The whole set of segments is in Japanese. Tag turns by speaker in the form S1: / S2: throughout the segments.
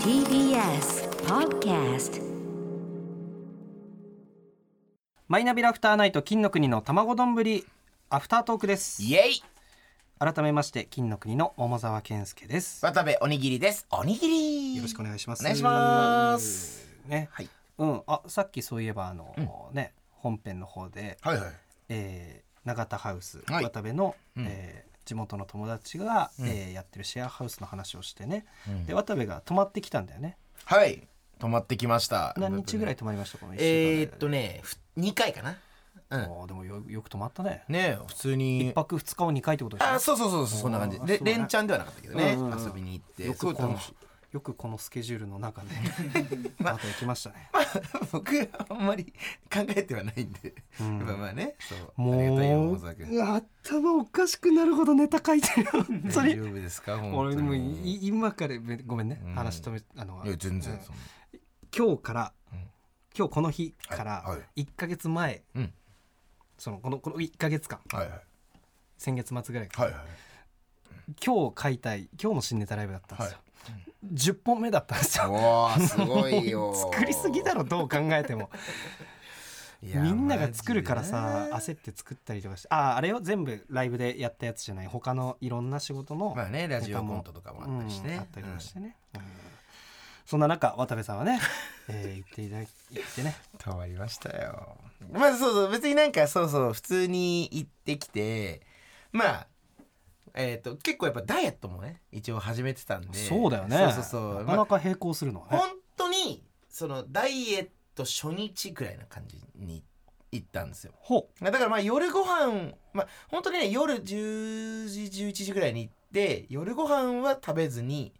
S1: TBS Podcast
S2: マイナビラフターナイト金の国の卵丼ぶりアフタートークです
S3: イエイ
S2: 改めまして金の国の桃沢健介ですよ
S3: 渡部おにぎりですおにぎり
S2: ろしくお
S3: お願
S2: 願いします
S3: いします
S2: ね、
S3: はい
S2: うんあさっきそういえばあの、ね本編の方で、
S3: はいはい
S2: えー、永田ハウス、
S3: はい
S2: 渡部の、
S3: うん
S2: えー地元の友達が、
S3: うん
S2: えーやってるシェアハウスの話をしてね、
S3: うん
S2: で渡部が泊まってきたんだよね
S3: はい泊まってきました
S2: 何日ぐらい泊まりましたこの一週間で
S3: えーっとねふ二回かなうん
S2: おーでもよよく泊まったね
S3: ね普通に
S2: 一泊二日を二回ってことでしょ
S3: あそうそうそうそうそんな感じ
S2: あ
S3: で
S2: そうだね
S3: 連チャンではなかったけどね
S2: うんうんうん
S3: 遊びに行って
S2: よ
S3: すご
S2: く
S3: い
S2: この
S3: 楽しい
S2: よくこのスケジュールの中で また行きましたね。
S3: 僕はあんまり考えてはないんで
S2: ん
S3: まあまあねそうありがたいよ
S2: も
S3: 桃
S2: う
S3: 沢君
S2: 頭おかしくなるほどネタ書いてる本当
S3: 大
S2: に。
S3: 丈夫ですか本 当
S2: 俺
S3: に
S2: もうい今からめごめんね、
S3: うん
S2: 話止めあの
S3: いや全
S2: うん
S3: 然そんな
S2: 今日から、
S3: うん
S2: 今日この日から
S3: はいはい
S2: 一ヶ月前、
S3: うん
S2: そのこのこの一ヶ月間
S3: はいはい
S2: 先月末ぐらいから
S3: はい はい
S2: 今日解体今日の新ネタライブだったんですよ。十、本目だったんですよ。
S3: おーすごいよ
S2: 作りすぎだろどう考えても。
S3: いや
S2: みんなが作るからさ
S3: マジ
S2: 焦って作ったりとかしてあああれよ全部ライブでやったやつじゃない他のいろんな仕事の
S3: でまあねラジオコント
S2: ネ
S3: とか
S2: タ
S3: もあったりしてね、
S2: うんあったりとかしてね、うんそんな中渡部さんはね、 えー、言っていただいてね
S3: 変わりましたよまあそうそう別になんかそうそう普通に行ってきてまあえっ、と結構やっぱダイエットもね一応始めてたんで
S2: そうだよね
S3: そうそうそう
S2: なか
S3: ま
S2: な
S3: あ
S2: か並行するのはね、
S3: 本当にそのダイエット初日くらいな感じに行ったんですよ
S2: ほ
S3: だからまあ夜ご飯まあ本当にね夜10時11時ぐらいに行って夜ご飯は食べずに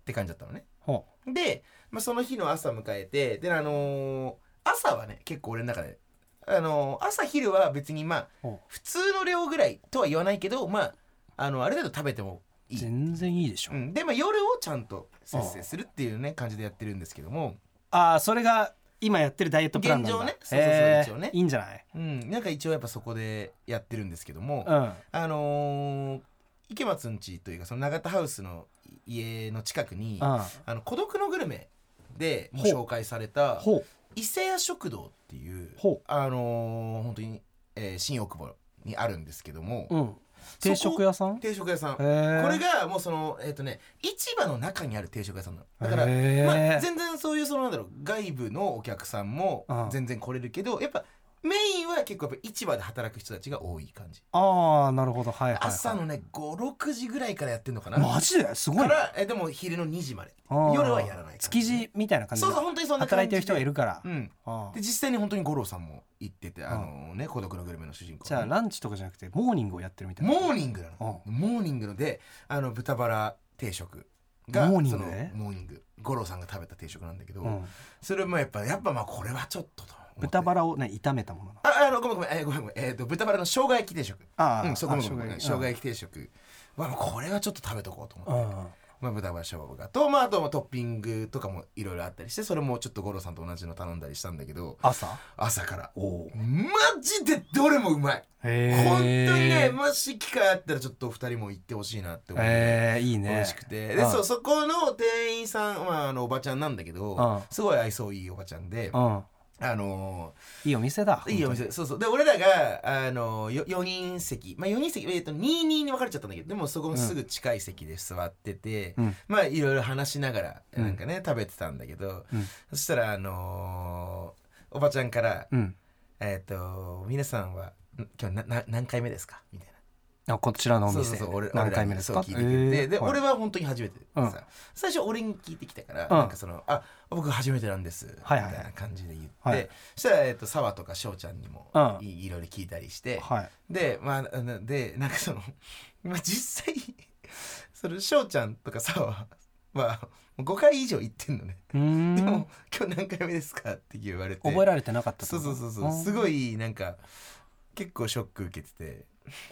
S3: って感じだったのね
S2: うほ
S3: で、まあ、その日の朝迎えてであのー朝はね結構俺の中で、あのー朝昼は別にまあ
S2: うほう
S3: 普通の量ぐらいとは言わないけどまああのある程度食べてもいい、
S2: 全然いいでしょ、
S3: うん、で、まあ、夜をちゃんと節制するっていうね感じでやってるんですけども、
S2: ああそれが今やってるダイエットプランなんだ
S3: 現状ねそうそうそう
S2: へー
S3: 一応ね
S2: いいんじゃない
S3: うん、なんか一応やっぱそこでやってるんですけども、
S2: うん
S3: あのー池松んちというかその永田ハウスの家の近くに「
S2: うん
S3: あの孤独のグルメ」でも
S2: ほう
S3: 紹介された
S2: ほう
S3: 伊勢屋食堂っていう
S2: ほ
S3: あのー本当に、えー新大久保にあるんですけども、
S2: ううん定食屋さん
S3: 定食屋さん、
S2: へー
S3: これがもうそのえっ、とね市場の中にある定食屋さんなのだから、
S2: へー
S3: まあ、全然そういうそのなんだろう外部のお客さんも
S2: うん
S3: 全然来れるけどやっぱメインは結構やっぱ市場で働く人たちが多い感じ、
S2: ああなるほどはいはい、はい、
S3: 朝のね56時ぐらいからやってんのかな
S2: マジですごいね
S3: からえでも昼の2時まで
S2: あー
S3: 夜はやらない
S2: 築地みたいな感じ
S3: そ
S2: で
S3: うそう本当にそんな感
S2: 働
S3: じで
S2: いてる人がいるから、
S3: うん
S2: あー
S3: で実際に本当に五郎さんも行っててあのね孤独のグルメの主人公
S2: じゃあランチとかじゃなくてモーニングをやってるみたいな
S3: モーニングなの、モーニングのであの豚バラ定食が
S2: モーニングね
S3: そのモーニング五郎さんが食べた定食なんだけど、
S2: うん、
S3: それもやっぱやっぱまあこれはちょっとと思って
S2: 豚バラをね炒めたものな
S3: ああのごめんごめんえーごめんごめんえっ、と豚バラの生姜焼き定食
S2: あー
S3: うん、そこも
S2: あ
S3: ごめんごめん
S2: 生
S3: 生
S2: 姜焼き
S3: 姜焼き定食はもうこれはちょっと食べとこうと思って、
S2: の、
S3: まあ、豚バラ生姜がとまああとトッピングとかもいろいろあったりしてそれもちょっと五郎さんと同じの頼んだりしたんだけど
S2: 朝
S3: 朝から
S2: おお
S3: マジでどれもうまい
S2: へ
S3: 本当にね
S2: え
S3: もし機会あったらちょっとお二人も行ってほしいなって思う、
S2: えー、いいね
S3: 美味しくてで
S2: うん
S3: そうそこの店員さん、まあ、あのおばちゃんなんだけ
S2: うん
S3: どすごい愛想いいおばちゃんで
S2: うん
S3: あの
S2: いいお店だ
S3: ーいいお店そうそうで俺らがあのよ4人席まあ4人席えっと22に分かれちゃったんだけどでもそこもすぐ近い席で座ってて、
S2: うん
S3: まあいろいろ話しながら
S2: うん
S3: なんかね、食べてたんだけど、
S2: うん
S3: そしたらあのーおばちゃんから「
S2: うん
S3: えっ、と皆さんはん今日なな何回目ですか?」みたいな。
S2: あこちらのお
S3: そう
S2: 店
S3: そうそう俺
S2: 何回目ですか
S3: 俺らにそう聞いてくれて
S2: えー
S3: で
S2: はい
S3: 俺は本当に初めてで
S2: うん
S3: さ最初俺に聞いてきたから
S2: ん
S3: なんかその「あ僕初めてなんです」み
S2: はい
S3: たい
S2: はい
S3: な感じで言
S2: はい
S3: ってそしたらえっと澤とか翔ちゃんにも
S2: うん
S3: いいろいろ聞いたりして
S2: はい
S3: でまああのでなんかその まあ実際 その翔ちゃんとか澤はまあ5回以上行ってんのね
S2: うーん
S3: でも「今日何回目ですか?」って言われて
S2: 覚えられてなかったって
S3: そ
S2: こ
S3: う
S2: と
S3: そうそうそうすごいなんか結構ショック受けてて。
S2: うん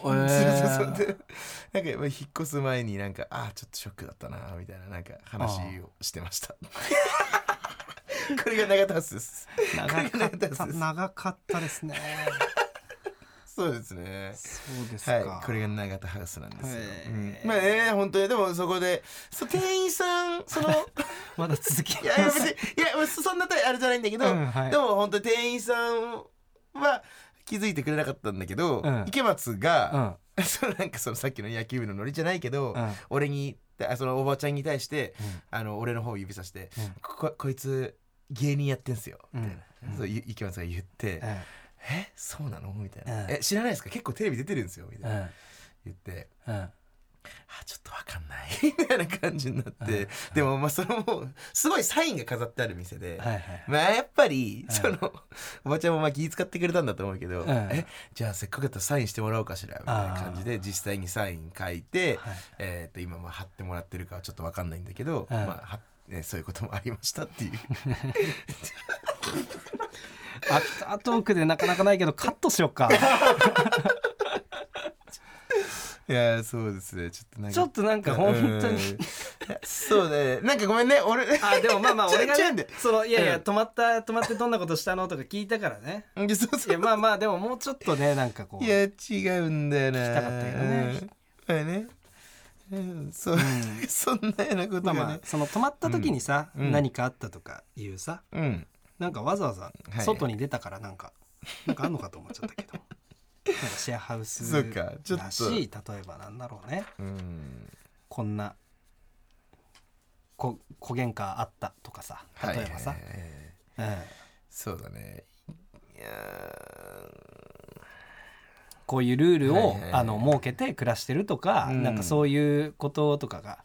S2: えー
S3: そうそうそうでなんか引っ越す前になんかああちょっとショックだったなみたいななんか話をしてました これが長田ハウスです
S2: 長
S3: これが
S2: か
S3: 長田
S2: った
S3: ハウスです
S2: 長かったですね
S3: そうですね
S2: そうですか、
S3: はい、これが永田ハウスなんです
S2: へ
S3: よ。う
S2: ー
S3: ん、まあね、本当にでもそこで、そ店員さん、 そのい
S2: まだ続き
S3: やいや別にいやそそんなたあれじゃないんだけど、
S2: うんはい
S3: でも本当に店員さんは気づいてくれなかったんだけど、
S2: うん
S3: 池松が、 そのなんかそのさっきの野球部のノリじゃないけど、
S2: うんうん
S3: 俺にあそのおばちゃんに対して、あの俺の方を指さして、
S2: うん
S3: ここいつ芸人やってんすよみたいな、
S2: うん
S3: そうい池松が言って
S2: う
S3: 「
S2: ん
S3: えそうなの?」みたいな
S2: う
S3: 「
S2: ん
S3: え知らないですか結構テレビ出てるんですよ」みたいな、
S2: うん
S3: 言って
S2: うん
S3: 「あちょっとわかんない」 みたいな感じになって、でもまあそのもうすごいサインが飾ってある店で。
S2: はいはい
S3: まあやっぱり、
S2: うん
S3: そのおばちゃんもまあ気遣ってくれたんだと思うけど、
S2: うん
S3: えじゃあせっかくだったらサインしてもらおうかしらみたいな感じで実際にサイン書いて、
S2: はい
S3: えー、と今まあ貼ってもらってるかはちょっと分かんないんだけど、
S2: うん
S3: まあはね、そういうこともありましたっていう
S2: アフタートークでなかなかないけどカットしよっか
S3: いやーそうですねちょっとなんか
S2: ちょっとなんか本当に
S3: うんそうねなんかごめんね俺
S2: あでもまあまあ俺が
S3: ちょちょん
S2: ね
S3: で
S2: そのいやいうや
S3: ん
S2: 止まった止まってどんなことしたのとか聞いたからね
S3: いやそうそ
S2: いうやまあまあでももうちょっとねなんかこう
S3: いや違うんだよな
S2: 聞きたかったけどね
S3: うんまあね、うん、そう、 そんなようなこ
S2: ま
S3: とが
S2: あま
S3: ね、
S2: あその止まった時にさ、
S3: うん
S2: 何かあったとかいうさ
S3: うん
S2: なんかわざわざ
S3: はい
S2: 外に出たからなんか、なんかあんのかと思っちゃったけど なんかシェアハウス
S3: そうかちょっと
S2: だし例えばなんだろうね
S3: うん
S2: こんなこ小喧嘩あったとかさ
S3: はい
S2: 例えばさ、
S3: はいはいはい
S2: うん、
S3: そうだねいや
S2: こういうルールを、
S3: はいはいはい
S2: あの設けて暮らしてるとか、
S3: うん
S2: なんかそういうこととかが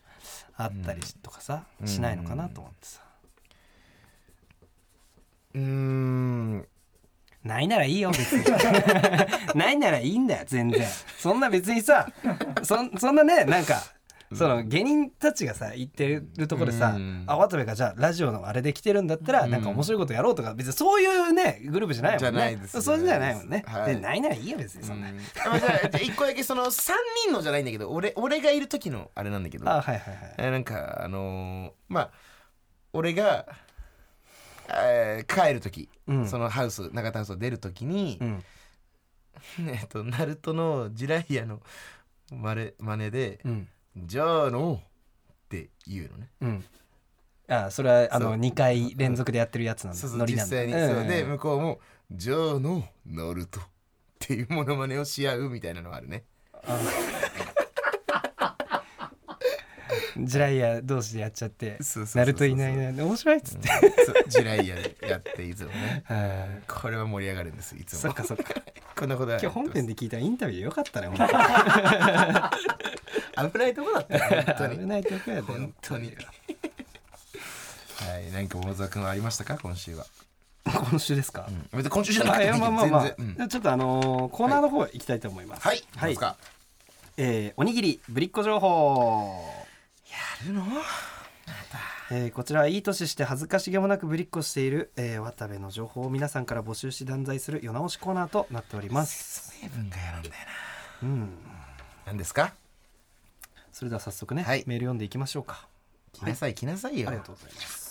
S2: あったりしとかさ、
S3: うん
S2: しないのかなと思ってさ、
S3: ーうーん
S2: ないならいいよ別に ないならいいんだよ全然そんな別にさそんそんなねなんかその芸人たちがさ言ってるところでさ、
S3: うん
S2: あ渡部がじゃあラジオのあれで来てるんだったら、
S3: うん
S2: なんか面白いことやろうとか別にそういうねグループじゃないもんね
S3: じゃないです
S2: そうじゃないもんね、
S3: はい
S2: でないならいいよ別にそんな、
S3: うんあじゃあじゃあ一個だけその3人のじゃないんだけど俺俺がいる時のあれなんだけど
S2: あはいはいはい
S3: えなんかあのーまあ俺が、えー帰る時、
S2: うん
S3: そのハウス中田ハウスを出る時に
S2: う、ん
S3: えっとナルトのジライアのまれ真似で
S2: うん
S3: 「じゃあの」って言うのね。
S2: うんあそれはあ
S3: そう
S2: の2回連続でやってるやつなんだ
S3: そうそう
S2: ノリ
S3: 実
S2: なんだ
S3: 際に、
S2: うん
S3: そうで向こうも「じゃあのナルト」っていうモノマネをし合うみたいなのがあるね。
S2: ジライヤ同士でやっちゃって
S3: そうそうそうそう
S2: ナルトいないな面白いっつって、
S3: そうジライアでやっていつもね。
S2: はい
S3: これは盛り上がるんですいつ
S2: そ
S3: も
S2: っ。かそっか
S3: こんなこと は
S2: 今日本編で聞いたインタビューよか ったね本当
S3: 危ないとこだったよ本当
S2: に
S3: に
S2: 危。ないとこやで
S3: 本当に。はい、なんか桃沢君はありましたか今週は。
S2: 今週ですか、
S3: 別に今週じゃな
S2: あ
S3: く
S2: い
S3: て
S2: や
S3: 全
S2: まあまあまあ
S3: 然、うん
S2: じゃあちょっとあのーコーナーの方行きたいと思います
S3: はい、
S2: は
S3: はいい、か。
S2: えーおにぎりぶりっ子情報
S3: やるの？
S2: えーこちらはいい年して恥ずかしげもなくぶりっこしている、えー渡部の情報を皆さんから募集し断罪する世直しコーナーとなっております。
S3: 成分が嫌なんだよ
S2: うん、
S3: な。なんですか？
S2: それでは早速ね、
S3: はい
S2: メール読んでいきましょうか。
S3: 来なさい来なさいよ。
S2: ありがとうございます。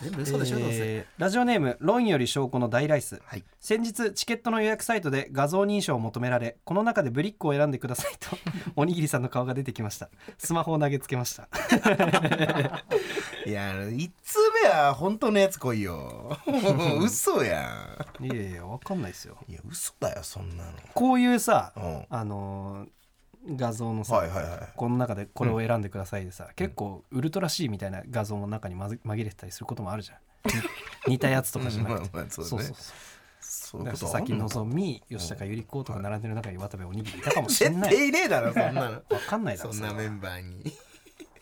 S3: 全部嘘でしょどうせ。
S2: えーラジオネーム論より証拠の大ライス。
S3: はい。
S2: 先日チケットの予約サイトで画像認証を求められこの中でブリックを選んでください とおにぎりさんの顔が出てきましたスマホを投げつけました
S3: いや一通目は本当のやつ来 いよ。もう嘘や
S2: いやいやわかんないですよ
S3: ん。いや嘘だよそんなの。
S2: こういうさ、
S3: うん
S2: あのー画像のさ、
S3: はいはいはい。
S2: この中でこれを選んでくださいでさ、結構ウルトラ C みたいな画像の中にまず紛れてたりすることもあるじゃん似たやつとかじゃなくて
S3: まあまあそうだ
S2: そう
S3: ね
S2: そう
S3: そ
S2: そう
S3: うい
S2: だ
S3: う
S2: か
S3: こ
S2: ら
S3: と
S2: さ
S3: あ
S2: さっ
S3: ん
S2: き
S3: の
S2: 望み吉高由里子とか並んでる中に渡部おにぎりいたかもしれ
S3: 絶
S2: ない
S3: 対いねえだろそ んなの。
S2: わかんないだ
S3: そ
S2: ろ
S3: ん
S2: それ
S3: な
S2: は
S3: メンバーに。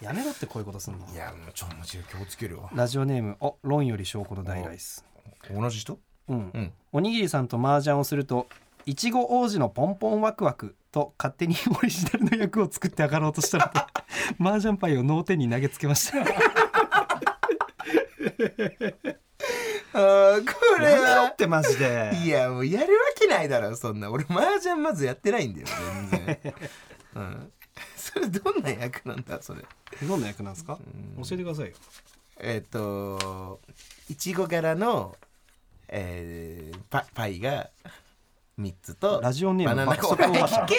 S2: やめろってこういうことすんの
S3: いやもうちょもちろん気をつけるよ。
S2: ラジオネームお論より証拠の大ライス
S3: 同じ人？
S2: うん、
S3: うん。
S2: おにぎりさんと麻雀をすると「いちご王子のポンポンワクワク」と勝手にオリジナルの役を作って上がろうとしたの で麻雀パイを脳天に投げつけました
S3: あーこれ
S2: やめろ
S3: は
S2: っ。てマジで
S3: いやもうやるわけないだろそんな俺麻雀まずやってないんだよ全 然、うん、それどんな役なんだそれ
S2: どんな役なんですか教えてくださいよ
S3: えっ、といちご柄の、えーパパイが3つと
S2: ラジオネーム
S3: バナナ
S2: 爆
S3: お
S2: 速
S3: 前聞けよ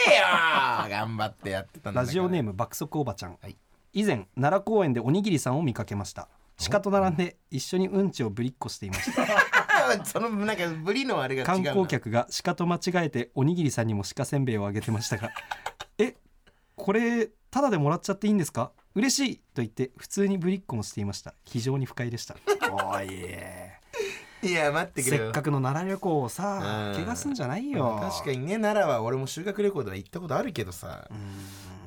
S3: 頑張ってやってたんだ
S2: ラジオネー
S3: ム
S2: ム爆速おばちゃん、
S3: はい
S2: 以前奈良公園でおにぎりさんを見かけました鹿と並んで一緒にうんちをぶりっこしていました
S3: そのなんかぶりのあれが違う
S2: 観
S3: な
S2: 光客が鹿と間違えておにぎりさんにも鹿せんべいをあげてましたが えこれただでもらっちゃっていいんですか嬉しいと言って普通にぶりっこもしていました非常に不快でしたおい
S3: いや待ってくれ
S2: せ
S3: よ
S2: っかくの奈良旅行をさ
S3: うん
S2: 怪我すんじゃないよ
S3: 確かにね奈良は俺も修学旅行では行ったことあるけどさ、
S2: う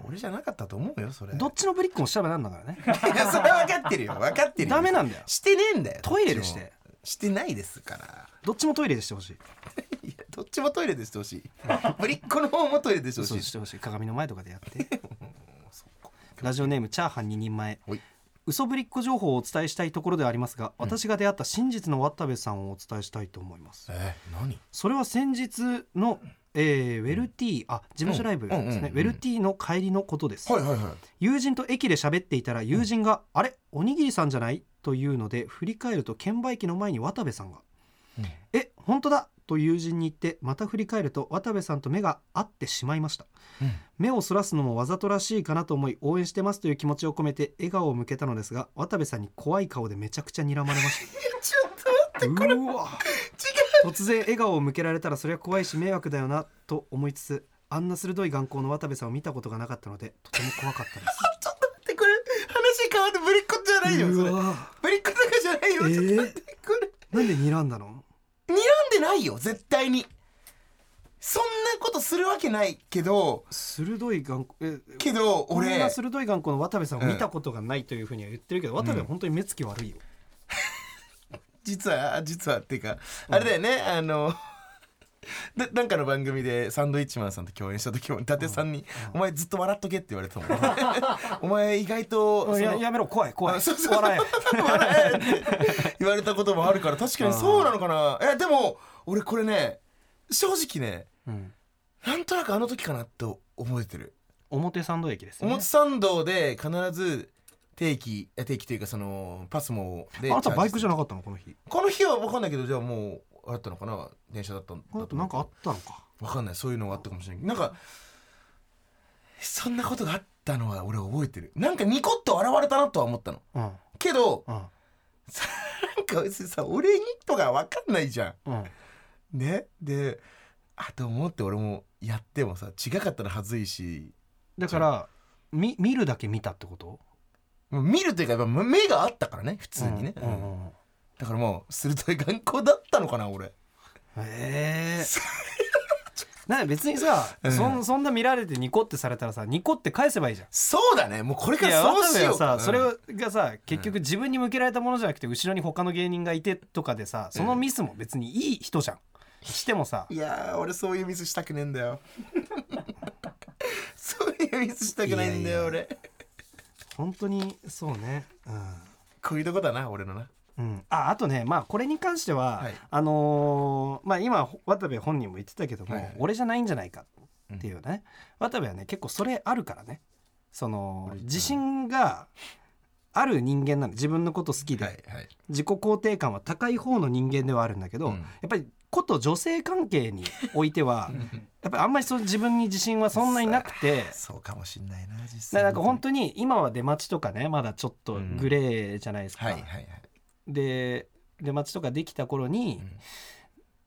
S3: 俺じゃなかったと思うよそれ
S2: ん どっちのぶりっこもしちゃダメなんだからね
S3: いやそれは分かってるよ分かってるよ
S2: ダメなんだよ
S3: してねえんだよ
S2: トイレでして
S3: どっちもしてないですから
S2: どっちもトイレでしてほしい
S3: いやどっちもトイレでしてほしいぶりっ子の方もトイレでしてほ
S2: そう
S3: しい
S2: してほしい鏡の前とかでやって ラジオネームチャーハン2人前
S3: ほい
S2: 嘘ぶりっ子情報をお伝えしたいところではありますが、私が出会った真実の渡部さんをお伝えしたいと思います
S3: え何
S2: それは先日の、えーウェルティーあ事務所ライブですね、
S3: うんうんうんうん
S2: ウェルティーの帰りのことです、
S3: はいはいはい
S2: 友人と駅で喋っていたら友人が「あれおにぎりさんじゃない?」というので振り返ると券売機の前に渡部さんが
S3: うん
S2: 「え本当だ!」と友人に言ってまた振り返ると渡部さんと目が合ってしまいました、
S3: うん
S2: 目をそらすのもわざとらしいかなと思い応援してますという気持ちを込めて笑顔を向けたのですが渡部さんに怖い顔でめちゃくちゃ睨まれました
S3: ちょっ と
S2: うわ突然笑顔を向けられたらそれは怖いし迷惑だよなと思いつつあんな鋭い眼光の渡部さんを見たことがなかったのでとても怖かったです
S3: ちょっと待ってこれ話変わってぶりっ子じゃないよそ れ
S2: うわ
S3: ぶりっ子とかじゃないよ、
S2: えー
S3: ちょっと待ってこれ
S2: なんで睨んだの
S3: 睨んでないよ絶対にそんなことするわけないけど
S2: 鋭い眼え
S3: けど
S2: こん
S3: 俺
S2: な鋭い眼光の渡部さんを見たことがないというふうには言ってるけど、渡部は本当に目つき悪いよ、
S3: 実は実はっていうか、あれだよねあのななんかの番組でサンドイッチマンさんと共演した時も伊達さんに「お前ずっと笑っとけ」って言われたもん お前意外とその
S2: ややめろ怖い怖い
S3: あそうそう
S2: 笑
S3: 笑えって 言われたこともあるから確かにそうなのかなえでも俺これね正直ね
S2: え、うん、
S3: なんとなくあの時かなと覚えてる
S2: 表参道駅ですね
S3: 表参道で必ず定期え定期というかそのパスモで
S2: あなたバイクじゃな
S3: く
S2: かったのこの日
S3: この日は分かんないけどじゃあもうあったのかな電車だったんだ
S2: あな
S3: と
S2: た
S3: 思
S2: な
S3: うん
S2: かあったのか
S3: 分かんないそういうのがあったかもしれないなんかそんなことがあったのは俺覚えてるなんかニコッと現れたなとは思ったの
S2: うん
S3: けど
S2: うん
S3: なんか別にさ俺にとか分かんないじゃ
S2: うん
S3: んねであと思って俺もやってもさ違かったら恥ずいし
S2: だからみ見るだけ見たってこと
S3: もう見るというかやっぱ目があったからね普通にね、
S2: うんうんうん
S3: だからもう鋭い眼光だったのかな俺
S2: へえ なんか別にさ、
S3: うん
S2: そんそんな見られてニコってされたらさニコって返せばいいじゃん
S3: そうだねもうこれか
S2: いや
S3: らそう
S2: 渡
S3: し
S2: 部
S3: よ
S2: は
S3: う
S2: さ、
S3: うん
S2: それがさ結局自分に向けられたものじゃなくて後ろに他の芸人がいてとかでさそのミスも別にいい人じゃんしてもさ
S3: いやー俺そういうミスしたくねえんだよ そういうミスしたくないんだ
S2: いや
S3: よ
S2: いや
S3: 俺
S2: 本当にそうね
S3: こういうとこだな俺のな
S2: うん、うん、ああとねまあこれに関しては、
S3: はい
S2: あのーまあ今渡部本人も言ってたけども、
S3: はいはい
S2: 俺じゃないんじゃないかっていうね、渡部はね結構それあるからねその
S3: 俺
S2: 自信がある人間なの自分のこと好きで、
S3: はいはい
S2: 自己肯定感は高い方の人間ではあるんだけど、
S3: うん
S2: やっぱりこと女性関係において はやっぱりあんまりそう自分に自信はそんなになくて。
S3: そうかもしんないな実
S2: だか
S3: 際
S2: らなんか本当に今は出待ちとかねまだちょっとグレーじゃないですか、
S3: はいはいはい
S2: で出待ちとかできた頃に、
S3: うん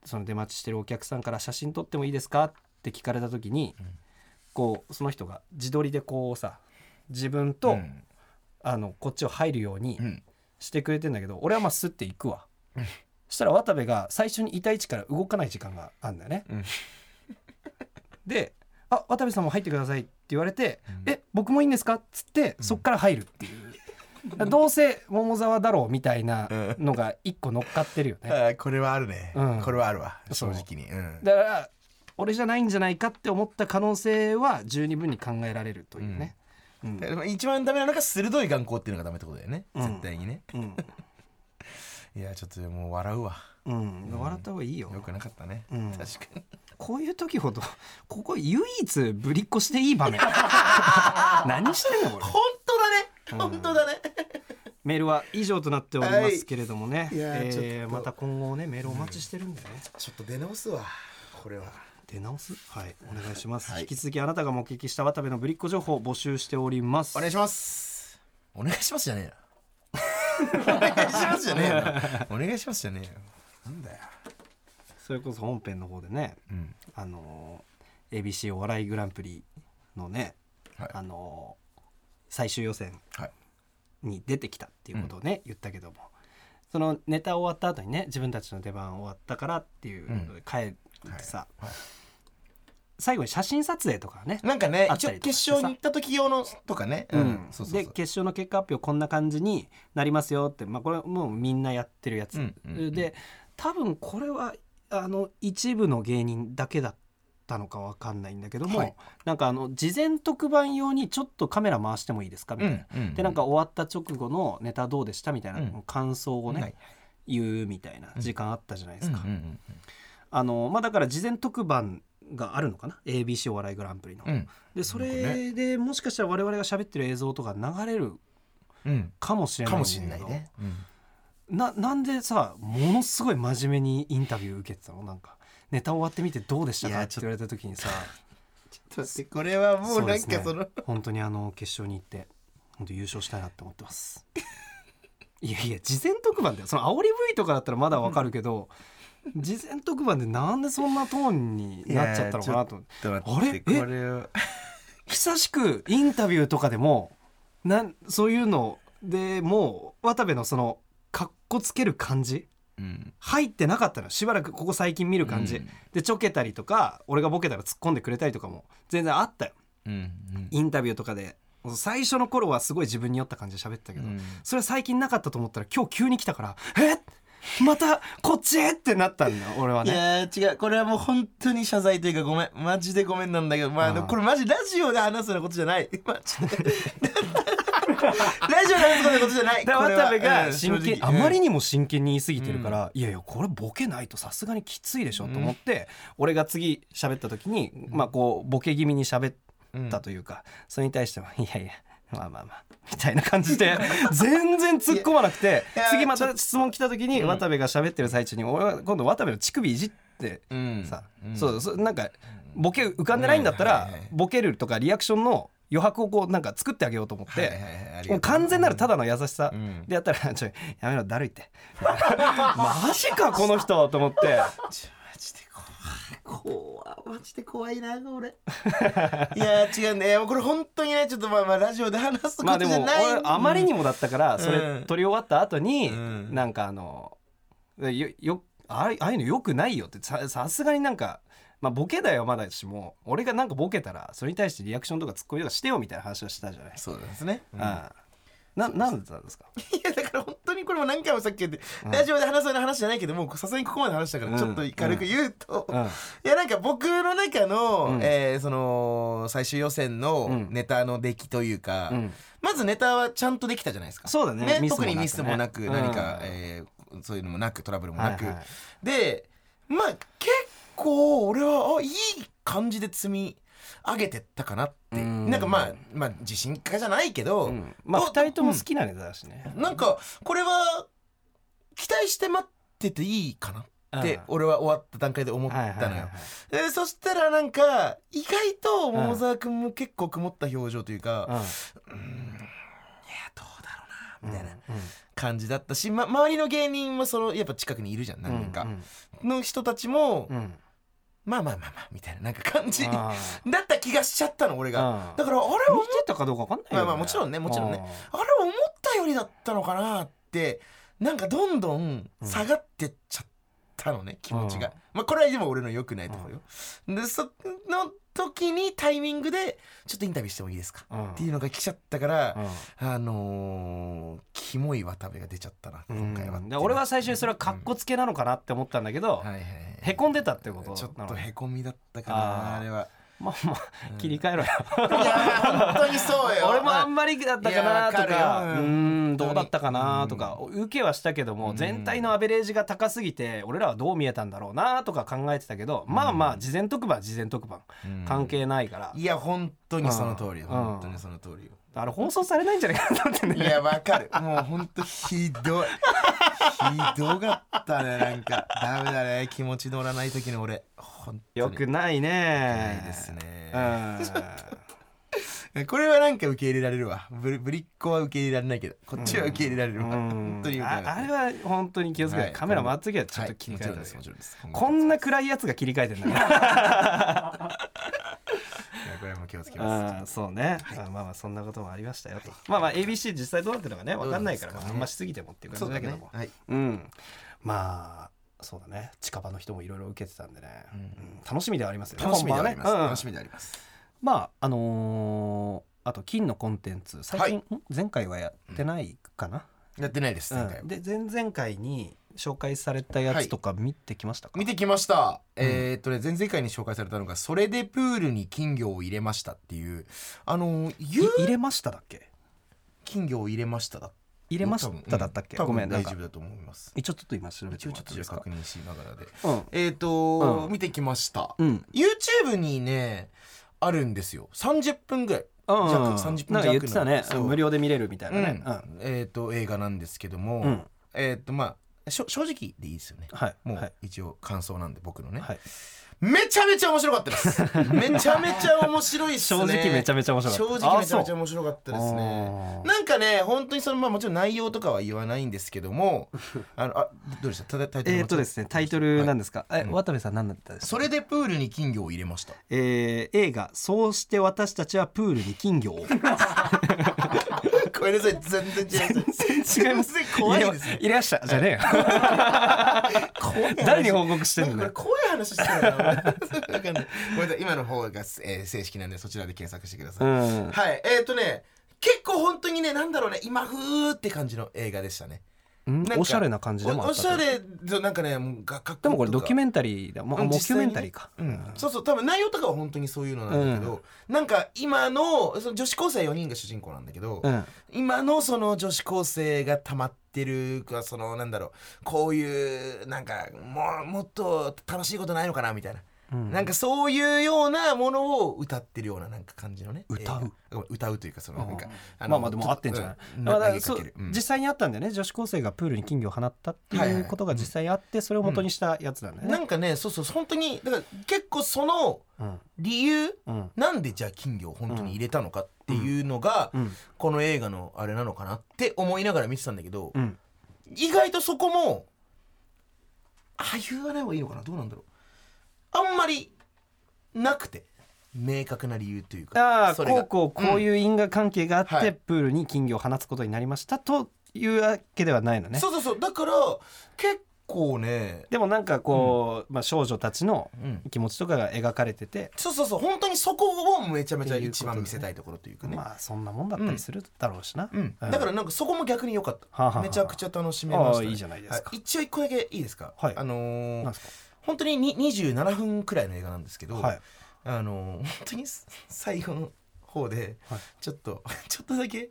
S2: その出待ちしてるお客さんから「写真撮ってもいいですか?」って聞かれた時に、こうその人が自撮りでこうさ自分と、
S3: うん
S2: あのこっちを入るように
S3: うん
S2: してくれてんだけど、俺はまあスッて行くわ、そしたら渡部が最初にいた位置から動かない時間があるんだよね、
S3: うん
S2: で「あ渡部さんも入ってください」って言われて「
S3: うん
S2: え僕もいいんですか?」っつってそっから入るっていう、どう せ桃沢だろうみたいなのが一個乗っかってるよ
S3: あ
S2: ね、
S3: ーこれはあるね、
S2: うん
S3: これはあるわ
S2: そう
S3: 正直にうん
S2: だから俺じゃないんじゃないかって思った可能性は十二分に考えられるというね、うん
S3: だから一番ダメなのが鋭い眼光っていうのがダメってことだよね、
S2: うん
S3: 絶対にね
S2: うん
S3: いやちょっともう笑うわ
S2: うん笑った方がいいよ
S3: よくなかったね、
S2: うん
S3: 確かに
S2: こういう時ほど ここ唯一ぶりっこしていい場 面何してんのこれ
S3: 本当だね本当だね、
S2: メールは以上となっておりますけれどもね、
S3: いいやー
S2: えー
S3: ちょっと
S2: また今後ねメールお待ちしてるんでね、
S3: ちょっと出直すわこれは
S2: 出直すはいお願いします、
S3: はい
S2: 引き続きあなたが目撃した渡部のぶりっ子情報を募集しております
S3: お願いしますお願いしますじゃねえよお願いしますじゃねえよ お願いしますじゃねえよなんだよ
S2: それこそ本編の方でね
S3: うん
S2: あのー ABC お笑いグランプリのね、
S3: はい
S2: あのー最終予選
S3: はい
S2: に出てきたっていうことをね、言ったけどもそのネタ終わった後にね自分たちの出番終わったからっていうので帰ってさ、
S3: はいはい
S2: 最後に写真撮影とかね、
S3: なんかね
S2: あっ
S3: 一
S2: た
S3: 応
S2: りとかして
S3: 決勝に行った時用のとかね
S2: うん
S3: そうそう
S2: で
S3: そう
S2: 決勝の結果発表こんな感じになりますよって、まあ、これもうみんなやってるやつ、
S3: うんうんうん
S2: で多分これはあの一部の芸人だけだったのかわかんないんだけども、
S3: はい
S2: なんかあの事前特番用にちょっとカメラ回してもいいですかみたいな、
S3: うんうん
S2: でなんか終わった直後のネタどうでしたみたいな、
S3: うん
S2: 感想をね、
S3: はい
S2: 言うみたいな時間あったじゃないですか。
S3: うんうん
S2: あのまあ、だから事前特番があるのかな ABC お笑いグランプリの。
S3: うんうん
S2: でそ
S3: なんか
S2: れでもしかしたら我々が喋ってる映像とか流れる
S3: うん
S2: かもしれない
S3: か
S2: ん
S3: も
S2: だ
S3: し
S2: け
S3: ん
S2: ど
S3: ないねうん
S2: ななんでさものすごい真面目にインタビュー受けてたのなんかネタ終わってみてどうでした
S3: い
S2: か
S3: や
S2: って言われた時にさ
S3: ちょっと待ってこれはもうなん
S2: そうで
S3: か
S2: す
S3: そ
S2: ね
S3: の
S2: 本当にあの決勝に行って本当優勝したいなって思ってます いやいや事前特番だよその煽り V とかだったらまだわかるけど事前特番でなんでそんなトーンになっちゃったのかなと思って
S3: ちょっと
S2: あ
S3: 待
S2: れ
S3: ってこれを
S2: 久しくインタビューとかでもなんそういうのでもう渡部のそのかっこつける感じ
S3: うん
S2: 入ってなかったのしばらくここ最近見る感じ、
S3: うん
S2: でちょけたりとか俺がボケたら突っ込んでくれたりとかも全然あったよ
S3: うんうん
S2: インタビューとかで最初の頃はすごい自分に酔った感じで喋ってたけど、
S3: うん
S2: それは最近なかったと思ったら今日急に来たから「えまたこっち?」ってなったんだ俺はいね。
S3: やー違うこれはもう本当に謝罪というかごめんマジでごめんなんだけどまあ
S2: あー
S3: でもこれマジラジオで話すようなことじゃないマジでラジオで話すようなことじゃない
S2: で
S3: これは
S2: 渡部
S3: う
S2: が
S3: ん
S2: 真
S3: 正
S2: 剣
S3: 直
S2: あまりにも真剣に言い過ぎてるから、いやいやこれボケないとさすがにきついでしょと思って、俺が次喋った時に、まあこうボケ気味に喋っ
S3: うん
S2: たというか、それに対しては「い やいやまあまあまあ」みたいな感じで 全然突っ込まなくて
S3: いや
S2: 次また質問来た時に
S3: うん
S2: 渡部が喋ってる最中に俺は今度渡部の乳首いじって
S3: うん
S2: さ、
S3: うん
S2: そうそうなんかボケ浮かんでないんだったら、
S3: うんはいはいはい
S2: ボケるとかリアクションの余白をこうなんか作ってあげようと思って、
S3: はいはいはいありがとう
S2: もう完全なるただの優しさ、
S3: うん
S2: でやったら「ちょやめろだるい」って 「マジかこの人」と思って
S3: ちょマジで怖い怖いマジで怖いな俺いやー違うんだよこれ本当にねちょっとまあまあラジオで話すこ
S2: まあ
S3: と
S2: で
S3: じ
S2: も
S3: ゃ
S2: 俺
S3: ない、
S2: あまりにもだったからそれ
S3: うん
S2: 撮り終わった後に、
S3: うん
S2: なんかあのよよああいうのよくないよってささすがになんか。まあ、ボケだよまだしも俺がなんかボケたらそれに対してリアクションとかツッコミとかしてよみたいな話はしたじゃない
S3: そうなんですね、うん
S2: ああななんだったんですか
S3: いやだから本当にこれも何回もさっき言って、ラジオで話すような話じゃないけどもうさすがにここまで話したからちょっと軽く言うと、
S2: うんうん
S3: いやなんか僕の中の、
S2: うん
S3: えーその最終予選
S2: う
S3: の
S2: ん
S3: ネタの出来というか、
S2: うん
S3: まずネタはちゃんとできたじゃないですか
S2: そうだねミスもなくね
S3: 特にミスもなく、
S2: うん
S3: 何か、えーそういうのもなくトラブルもなく、
S2: はいはい
S3: でまあ結構俺はあいい感じで積み上げてったかなって
S2: うん
S3: なんかまあまあ自信家じゃないけど、
S2: うんまあ
S3: お
S2: 2人とも好きなネタだしね、
S3: なんかこれは期待して待ってていいかなって
S2: うん
S3: 俺は終わった段階で思ったのよ、
S2: はいはいはい
S3: えーそしたらなんか意外と桃沢君も結構曇った表情というか、いやどうだろうなみたいな感じだったし、ま、周りの芸人もそのやっぱ近くにいるじゃん
S2: うん
S3: 何人か、
S2: うん
S3: の人たちも、
S2: うん
S3: まあまあまあまあみたいななんか 感じだ
S2: あ
S3: った気がしちゃったの俺
S2: う
S3: が
S2: ん
S3: だからあれ
S2: あ見
S3: 思って
S2: たかどうかわかんないよ、
S3: まあまあもちろんねもちろんねあれ思ったよりだったのかなってなんかどんどん下がってっちゃったのね、気持ちが、
S2: うん
S3: まあこれはでも俺の良くないところよ、でその時にタイミングでちょっとインタビューしてもいいですか、
S2: うん
S3: っていうのが来ちゃったから、
S2: うん
S3: あのー、キモい渡部が出ちゃったな
S2: うん
S3: 今回はって、
S2: で俺は最初にそれはかっこつけなのかなって思ったんだけど、
S3: はいはい
S2: へこんでたってこと
S3: ちょっ
S2: な
S3: と
S2: の
S3: へこみだったか
S2: あ
S3: な
S2: ー
S3: あれは
S2: まあまあ切り替えろよ、
S3: いや本当にそうよ
S2: 俺もあんまりだったかなと
S3: いやわか
S2: か
S3: る
S2: う
S3: よ
S2: んどうだったかなとか受けはしたけども全体のアベレージが高すぎて俺らはどう見えたんだろうなとか考えてたけどまあまあ事前特番は事前特番
S3: うん
S2: 関係ないから
S3: いや本当にその通りよ
S2: うん
S3: 本当にその通りよ
S2: あれ放送されないんじゃないかなと思って
S3: い
S2: ね
S3: やわかるもうほんとひどいひどかったねなんかダメだね気持ち乗らない時の俺ほんとに
S2: よくないね
S3: ないですね
S2: うん
S3: これはなんか受け入れられるわぶりぶりっ子は受け入れられないけどこっちは受け入れられるわ、本当によくな
S2: あ
S3: い
S2: あれは本当に気をつけて、
S3: はい
S2: カメラ回っときはちょっと切り替
S3: も
S2: え
S3: ち
S2: た
S3: ろん
S2: ん
S3: で
S2: ですす
S3: も
S2: け
S3: ち
S2: ど、
S3: ろんです
S2: こんな暗いやつが切り替えてんだね
S3: いやこれも気をつけます
S2: あー そうね、あまあまあそんなこともありましたよと、まあまあ ABC 実際どうなってるのかね分かんないから、
S3: どうな
S2: ま
S3: んですかね
S2: あ、あんましすぎてもっていう感じだけども
S3: はい、
S2: うんまあそうだね近場の人もいろいろ受けてたんでね、うん楽しみではありますよね
S3: 楽しみであります、
S2: 本番はねうん
S3: 楽しみであります
S2: まああのーあと金のコンテンツ最近、ん前回はやってないかな、
S3: やってないです
S2: うん
S3: 前回は
S2: で前々回に紹介されたやつとか見てきましたか、
S3: 見てきました、えーっとね前々回に紹介されたのが「それでプールに金魚を入れました」っていうあの
S2: い
S3: 言う
S2: 入れましただっけ
S3: 金魚を入れましただ
S2: 入れましただったっけ、
S3: 多分
S2: ごめんな
S3: 多
S2: ん
S3: 分
S2: か
S3: 大丈夫だと思います
S2: 一応ちょっと今調べて
S3: 一応
S2: もら
S3: ちょ
S2: っ
S3: ってと
S2: いいで
S3: じゃ
S2: す
S3: あ
S2: か
S3: 確認しながらで
S2: うん
S3: えーっと、
S2: うん
S3: 見てきました、
S2: うん、
S3: YouTube にねあるんですよ30分ぐらい
S2: うん
S3: 弱30分弱
S2: な
S3: の
S2: んか言ってたね
S3: そう
S2: 無料で見れるみたいなね、うん
S3: うんえーっと映画なんですけども、
S2: うん
S3: えーっとまあしょ正直でいいですよね
S2: はい
S3: も
S2: は
S3: う
S2: い
S3: 一応感想なんで僕のね、
S2: はい、
S3: めちゃめちゃ面白かった です。めちゃめちゃ面白いっすね。
S2: 正直めちゃめちゃ面白かった
S3: 正直めちゃめちゃ
S2: あ
S3: 面白かったですね
S2: あ。ー
S3: なんかね、本当にそのまあもちろん内容とかは言わないんですけ ども、あのあどうでした？ただタイトル
S2: えーっとですねタイトルなんですか、え渡部さん何だったんですか
S3: それでプールに金魚を入 れました。
S2: えー映画「そうして私たちはプールに金魚を」
S3: ごめんなさい、全然違います。
S2: 違います
S3: 全然怖いですね。
S2: 入れましたじゃ ねえよ
S3: 怖い 話
S2: 誰に報告してんの
S3: なんかこれ怖い話してるな。 俺わかんないごめんなさい、今の方が、えー正式なんでそちらで検索してください。
S2: うん
S3: はい、えーっとね、結構本当にね、なんだろうね、今風って感じの映画でしたね。
S2: うん
S3: なんか
S2: おしゃれな感じでもあ
S3: おお
S2: った
S3: し
S2: と
S3: ゃれでなんかねもうがかっこいい
S2: でもこれ
S3: と
S2: ド
S3: か
S2: キュメンタリーだもう
S3: うん
S2: モ
S3: 実
S2: キュ
S3: 際
S2: メ
S3: にね
S2: ンタリーか、
S3: うんそうそう多分内容とかは本当にそういうのなんだけど、なんか今のその女子高生4人が主人公なんだけど、
S2: うん
S3: 今のその女子高生がたまってるそのなんだろうこういうなんかもうもっと楽しいことないのかなみたいな、なんかそういうようなものを歌ってるようななんか感じのね
S2: 歌う
S3: 映画歌うというかそのなんか、の
S2: まあまあでも合ってんじゃない、
S3: うん
S2: だから
S3: 投げか
S2: そ
S3: け
S2: う
S3: るうん
S2: 実際にあったんだよね女子高生がプールに金魚を放ったって
S3: はい
S2: い
S3: はいう
S2: ことが実際にあってそれを元にしたやつなんだよ
S3: な
S2: ね、
S3: んかねそうそう本当にだから結構その
S2: うん
S3: 理由、
S2: うん
S3: なんでじゃあ金魚を本当に入れたのかっていうのが、
S2: うん
S3: この映画のあれなのかなって思いながら見てたんだけど、
S2: うん
S3: 意外とそこもあ言わない方がいいのかなどうなんだろうあんまりなくて明確な理由というか
S2: ああ
S3: それが
S2: こうこうこういう因果関係があって、
S3: はい
S2: プールに金魚を放つことになりましたというわけではないのね
S3: そうそうそうだから結構ね
S2: でもなんかこう、まあ、少女たちの気持ちとかが描かれてて、
S3: そうそうそう本当にそこをめちゃめちゃ一番見せたいところというかね
S2: まあそんなもんだったりするだろうしな、
S3: うん、だからなんかそこも逆に良かっ
S2: は
S3: た、
S2: あはあはあ
S3: めちゃくちゃ楽しめました、
S2: ああいいじゃないですか
S3: は一応一個だけいいですか、
S2: はい
S3: あのー
S2: なんですか
S3: 本当にに27分くらいの映画なんですけど、
S2: はい
S3: あのー本当にす最後の方で、
S2: はい
S3: ちょっと ちょっとだけ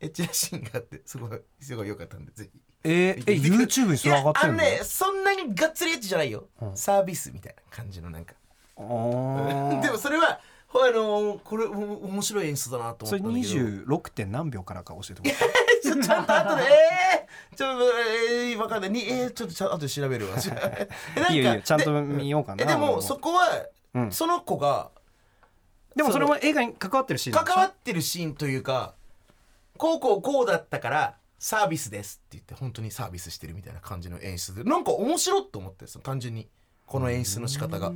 S3: エッチなシーンがあってすごいすごい良かったんでぜひ
S2: えーえ YouTube にそれ上がってるの
S3: いやあのねそんなにがっつりエッチじゃないよ、サービスみたいな感じのなんか
S2: あー
S3: でもそれはほあのーこれお面白い演出だなと
S2: そ
S3: 思
S2: れ
S3: ったんだけど
S2: 26. 点何秒からか教えてもらって
S3: ちょちゃんと 後で、えー、ちょっと、えー、わかんない。にえー、ちょっとちゃんと後で調 べるわ。えなんか
S2: いいよいいよちゃんと
S3: で
S2: 見ようかな
S3: えで
S2: 俺
S3: も、
S2: も
S3: そこは、
S2: うん
S3: その子が
S2: でもそれ
S3: そ
S2: も映画に関わってるシーンなんでしょ
S3: 関わってるシーンというか、こうこうこうだったから、サービスですって言って、本当にサービスしてるみたいな感じの演出で、なんか面白いと思ってその単純に。この演出の仕方が。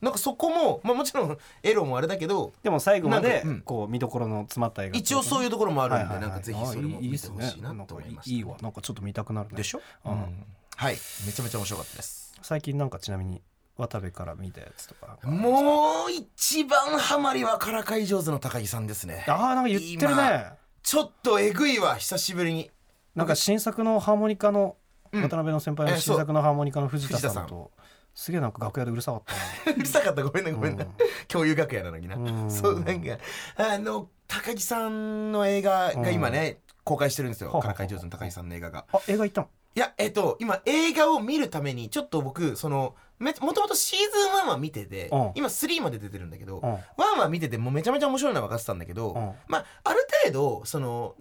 S3: なんかそこも、まあもちろん、エロもあれだけど、
S2: でも最後ま
S3: なん
S2: で
S3: かうん
S2: こう見どころの詰まった映画
S3: 一応そういうところもあ
S2: あ
S3: るんで、なんかぜひそれも見てほしいなと思いました。
S2: いいわなんかちょっと見たくなるね
S3: でしょ、
S2: う
S3: うんん、はいめちゃめちゃ面白かったです
S2: 最近なんかちなみに渡部から見たやつとか
S3: もう一番ハマりはからかい上手の高木さんですね
S2: ああなんか言ってるね
S3: 今ちょっとえぐいわ久しぶり に
S2: なんか新作のハーモニカの
S3: うん
S2: 渡辺の先輩
S3: え
S2: の
S3: ーそう
S2: 新作のハーモニカの藤田さん
S3: 藤
S2: とすげえなんか楽屋でうるさかった な
S3: うるさかったごめんねごめんね、共有楽屋なのにな、
S2: うん
S3: そうなんかあの高木さんの映画が今ね、公開してるんですよ
S2: はあはあ
S3: からかい上手の高木さんの映画が
S2: あ映画行ったの
S3: いやえっと今映画を見るためにちょっと僕そのめもともとシーズン1は見てて
S2: うん
S3: 今3まで出てるんだけど
S2: うん
S3: 1は見ててもうめちゃめちゃ面白いのは分かってたんだけど、
S2: うん
S3: まあある程度その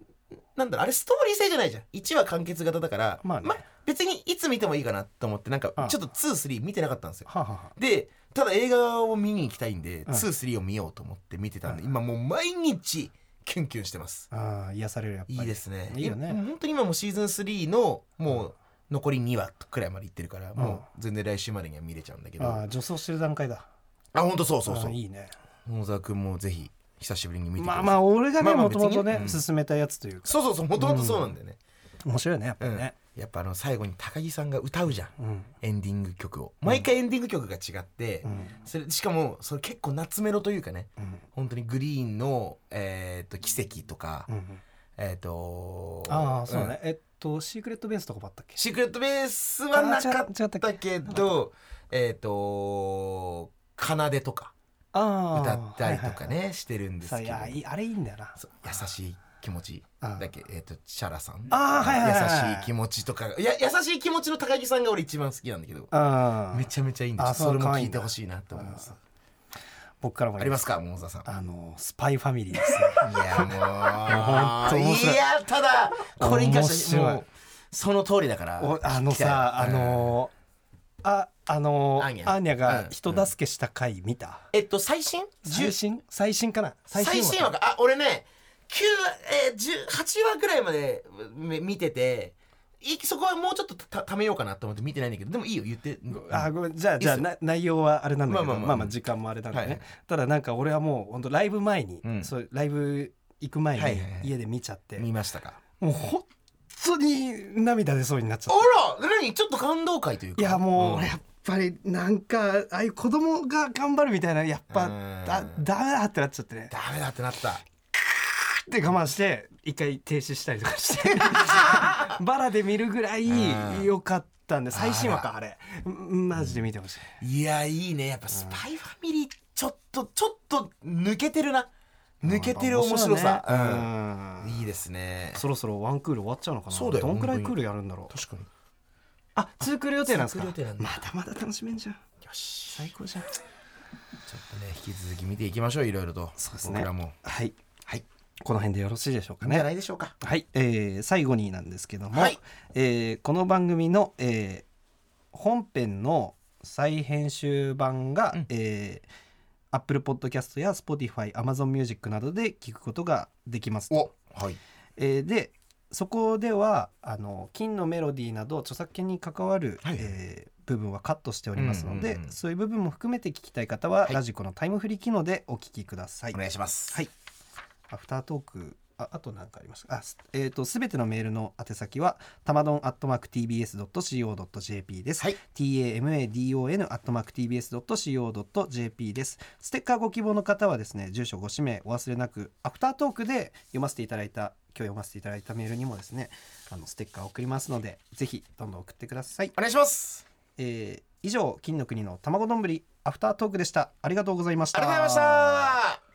S3: なんだろうあれストーリー性じゃないじゃん1は完結型だから、
S2: まあね
S3: 別にいつ見てもいいかなと思ってなんか
S2: うん
S3: ちょっと23見てなかったんですよ
S2: はあ、はあはあ、
S3: でただ映画を見に行きたいんで、
S2: ん
S3: 23を見ようと思って見てたんで、今もう毎日キュンキュンしてます
S2: ああ癒されるやっぱり
S3: いいですね
S2: いいよね
S3: もう本当に今もうシーズン3のもう残り2話くらいまでいってるから、もう全然来週までには見れちゃうんだけど、
S2: あ
S3: あ
S2: あ助走してる段階だ
S3: 本当そうそうそ
S2: あ
S3: う
S2: あいいね
S3: 野沢君もぜひ久しぶりに見てく
S2: ま
S3: ださ
S2: あ
S3: い
S2: まあ俺がね
S3: まあまあ
S2: もともと
S3: 別
S2: ね
S3: にねうん
S2: 勧めたやつというか
S3: そうそうそうもともとそうなんだよね、
S2: 面白いよねやっぱ
S3: う
S2: り
S3: ん
S2: ね
S3: やっぱあの最後に高木さんが歌うじゃん、
S2: うん
S3: エンディング曲を毎回エンディング曲が違って、
S2: うん
S3: それしかもそれ結構夏メロというかね
S2: うん
S3: 本当にグリーンの「えー、と奇跡」とか、
S2: うん
S3: えっ、と
S2: ああそう
S3: うん
S2: ねえっとシークレットベースとかもあったっけ
S3: シークレットベースはなか
S2: あ違う違
S3: っ
S2: ったた
S3: けどえっ、と奏でとか
S2: ああ
S3: 歌ったりとか
S2: はいはい
S3: ねしてるんです
S2: さあ
S3: け
S2: い
S3: ど
S2: やいいあれいいんだよな
S3: そう優しい気持ち
S2: あ
S3: だ
S2: ー
S3: っけえっ、とシャラさん
S2: あーはいはいはいはい
S3: 優しい気持ちとかいや優しい気持ちの高木さんが俺一番好きなんだけど
S2: ああ
S3: めちゃめちゃいいんで
S2: あ
S3: す
S2: ー
S3: それも
S2: そう
S3: 聞いてほしいなと思います
S2: 僕からも
S3: ありますか桃沢さん
S2: あのスパイファミリーですね
S3: いや
S2: 本
S3: も
S2: 当
S3: う
S2: 面白い
S3: いやただこれに関しては
S2: 面
S3: もうその通りだから
S2: おあのさあのああの
S3: ア
S2: アー
S3: ーニ
S2: ニ
S3: ャ
S2: ャ
S3: うん
S2: が人助けした回見た
S3: えっと最新
S2: 最新最新かな
S3: 最新話
S2: か
S3: かあ俺ね9えー10 8話ぐらいまでめ見てていそこはもうちょっとたためようかなと思って見てないんだけどでもいいよ言って
S2: あごめんじゃあじゃあ
S3: いいっす
S2: な内容はあれなんだけどまあ
S3: まあま
S2: ま
S3: あま
S2: あ
S3: あ
S2: 時間もあれなんだね、
S3: はい
S2: ただなんか俺はもう本当ライブ前に、
S3: うん
S2: そうライブ行く前に
S3: はいはいはい
S2: 家で見ちゃって、
S3: 見ましたか
S2: もう本当に涙出そうになっちゃっ
S3: あら何ちょっと感動会という
S2: た
S3: か
S2: いやもう
S3: うん
S2: 俺やっぱりなんかああいう子供が頑張るみたいなやっぱ
S3: うん
S2: だダメだってなっちゃってね
S3: ダメだってなった
S2: で我慢して一回停止したりとかして バラで見るぐら
S3: うん
S2: い良かったんで最新話かあれうんマジで見てほしい、
S3: いやいいねやっぱスパイファミリーちょっとちょっと抜けてるな抜けてる面白さ、
S2: ね
S3: うんいいですね
S2: そろそろワンクール終わっちゃうのかな
S3: そうだよ
S2: どんくらい
S3: 本当
S2: ク
S3: に
S2: ールやるんだろう
S3: 確かに
S2: あツークール予定なんですか
S3: ツークール予定なん
S2: まだまだ楽しめんじゃん
S3: よし
S2: 最高じゃん
S3: ちょっとね引き続き見ていきましょういろいろと
S2: そうですね
S3: 僕らも
S2: はい
S3: はい
S2: この辺でよろしいでしょうか
S3: いいんじゃな
S2: ね
S3: いでしょうか
S2: はい、えー最後になんですけども、
S3: はい
S2: えーこの番組の、えー本編の再編集版が、
S3: うん
S2: えー Apple Podcast や Spotify、Amazon Music などで聞くことができますと
S3: はい
S2: えーでそこではあの金のメロディーなど著作権に関わる、
S3: はい
S2: えー部分はカットしておりますので、
S3: うんうんうん
S2: そういう部分も含めて聞きたい方は、
S3: はい
S2: ラジコのタイムフリー機能でお聞きください
S3: お。願いします
S2: はいアフタートークああと何かありますかあすえっ、とすべてのメールの宛先はたまどんアットマーク tbs.co.jp です、
S3: はい
S2: tamadon アットマーク tbs.co.jp ですステッカーご希望の方はですね住所ご氏名お忘れなくアフタートークで読ませていただいた今日読ませていただいたメールにもですねあのステッカーを送りますのでぜひどんどん送ってください、
S3: お願いします
S2: えー以上金の国の卵丼アフタートークでしたありがとうございました
S3: ありがとうございました